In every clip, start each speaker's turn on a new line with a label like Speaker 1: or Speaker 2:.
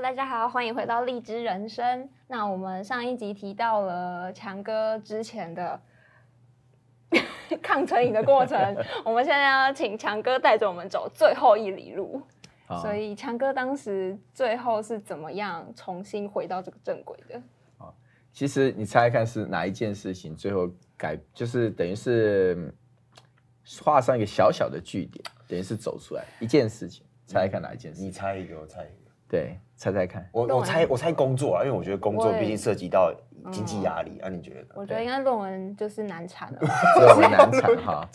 Speaker 1: 大家好，欢迎回到荔枝人生。那我们上一集提到了强哥之前的 抗成瘾的过 程，我们现在要请强哥带着我们走最后一里路。
Speaker 2: 好
Speaker 1: 所以强哥当时最后是怎么样重新回到这个正轨的？
Speaker 2: 其实你猜猜看是哪一件事情最后改，就是等于是嗯画上一个小小的句点，等于是走出来一件事情，猜猜看哪一件
Speaker 1: 嗯
Speaker 2: 事
Speaker 3: 你
Speaker 2: 情？
Speaker 3: 猜一个，我猜一个。
Speaker 2: 对，猜猜看。
Speaker 3: 我
Speaker 1: 论
Speaker 3: 我
Speaker 1: 文
Speaker 3: 猜我猜工作啊，因为我觉得工作
Speaker 1: 我也
Speaker 3: 毕竟涉及到经济压力啊，你觉得？
Speaker 1: 我觉得应该论文就是难产了吧，
Speaker 2: 这个很难产 哈。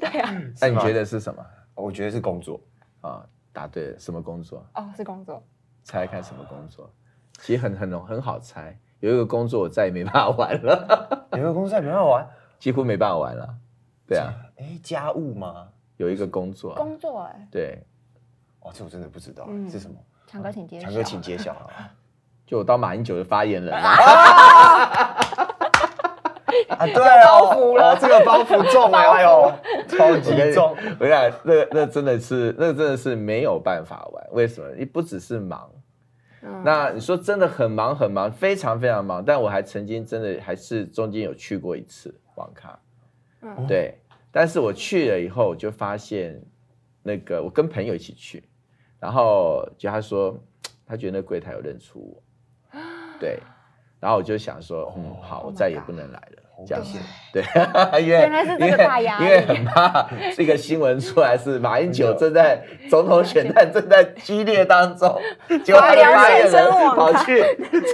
Speaker 1: 对啊，
Speaker 2: 那你觉得是什么
Speaker 3: 哦我觉得是工作，
Speaker 2: 啊？答对了，什么工作？
Speaker 1: 哦，是工作，
Speaker 2: 猜猜看什么工作？其实很很很好猜，有一个工作我再也没办法玩了，
Speaker 3: 有个工作很好玩。
Speaker 2: 几乎没办法玩了。 对啊，
Speaker 3: 哎，家务吗？
Speaker 2: 有一个工作啊，
Speaker 1: 工作哎、
Speaker 2: 对，
Speaker 3: 哦，这我真的不知道
Speaker 1: 嗯
Speaker 3: 是什么。
Speaker 1: 强哥请揭晓。
Speaker 3: 强哥，请揭晓啊！
Speaker 2: 就我当马英九的发言人了。
Speaker 3: 啊，对哦，哦这个 包袱重哎，哎呦，超级重。
Speaker 2: 我想啊那那真的是，那真的是没有办法玩。为什么？你不只是忙，
Speaker 1: 嗯
Speaker 2: 那你说真的很忙很忙，非常非常忙。但我还曾经真的还是中间有去过一次网咖，
Speaker 1: 嗯
Speaker 2: 对。但是我去了以后，我就发现那个我跟朋友一起去，然后就他说他觉得那柜台有认出我，对。然后我就想说，嗯，好，我
Speaker 1: Oh my
Speaker 2: 再也
Speaker 1: God
Speaker 2: 不能来了，
Speaker 3: 好
Speaker 2: 这样
Speaker 3: 危
Speaker 2: 子
Speaker 3: 险。
Speaker 2: 对， 因为
Speaker 1: 原来是这个大压力
Speaker 2: 因为因为很怕这个新闻出来是马英九正在总统选战正在激烈 当中，结果他的发言人跑去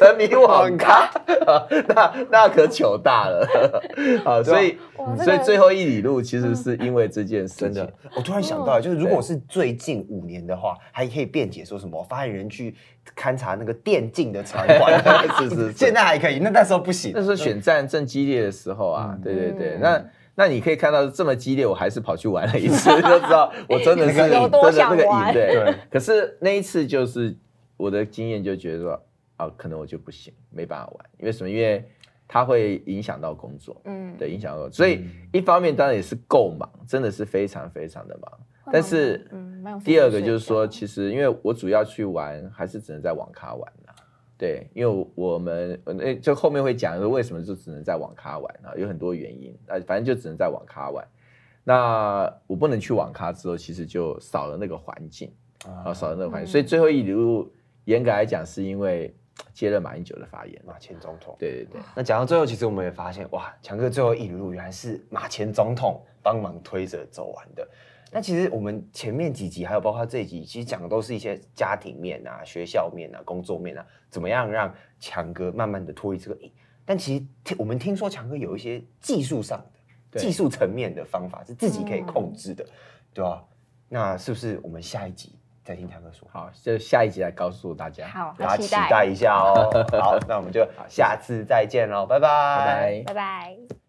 Speaker 2: 沉迷网咖， 那那可糗大了 啊！所以
Speaker 1: 哇这
Speaker 2: 所以
Speaker 1: 个
Speaker 2: 最后一里路其实是因为这件事
Speaker 3: 真
Speaker 2: 情
Speaker 3: 的，，我突然想到，就是如果是最近五年的话，还可以辩解说什么发言人去勘察那个电竞的场馆，
Speaker 2: 是是是
Speaker 3: 现在还可以，那那时候不行
Speaker 2: 那。时候选战正激烈的时候啊，对对对，
Speaker 1: 嗯
Speaker 2: 那。那你可以看到这么激烈，我还是跑去玩了一次，就知道我真 的是
Speaker 1: 那
Speaker 2: 真
Speaker 1: 个有
Speaker 2: 的
Speaker 1: 多
Speaker 2: 那
Speaker 1: 想
Speaker 2: 个瘾
Speaker 1: 玩
Speaker 2: 对
Speaker 3: 对。
Speaker 2: 可是那一次就是我的经验就觉得说啊，可能我就不行，没办法玩，因为什么？因为它会影响到工作，
Speaker 1: 嗯，
Speaker 2: 对，影响到工作。所以一方面当然也是够忙，真的是非常非常的忙。但是
Speaker 1: 嗯，蛮有
Speaker 2: 第二个就是说，
Speaker 1: 时间睡觉
Speaker 2: 其实因为我主要去玩，还是只能在网咖玩啦、对，因为我们呃那就后面会讲说为什么就只能在网咖玩啊，有很多原因啊，反正就只能在网咖玩。那我不能去网咖之后，其实就少了那个环境啊，少了那个环境，所以最后一里路，严格来讲是因为接了马英九的发言嘛。
Speaker 3: 马前总统。
Speaker 2: 对对
Speaker 1: 嗯
Speaker 2: 对，
Speaker 3: 那讲到最后，其实我们也发现，哇，强哥最后一里路原来是马前总统帮忙推着走完的。那其实我们前面几集，还有包括这一集，其实讲的都是一些家庭面啊、学校面啊、工作面啊，怎么样让强哥慢慢的脱离这个瘾。但其实听我们听说强哥有一些技术上的、
Speaker 2: 对
Speaker 3: 技术层面的方法是自己可以控制的，对吧、那是不是我们下一集再听强哥说？
Speaker 2: 好，就下一集来告诉大家。，
Speaker 1: 好，
Speaker 3: 大家
Speaker 1: 好
Speaker 3: 期
Speaker 1: 期
Speaker 3: 待一下哦。好，那我们就
Speaker 2: 好谢谢
Speaker 3: 下次再见喽，拜
Speaker 2: 拜拜。
Speaker 1: 拜拜。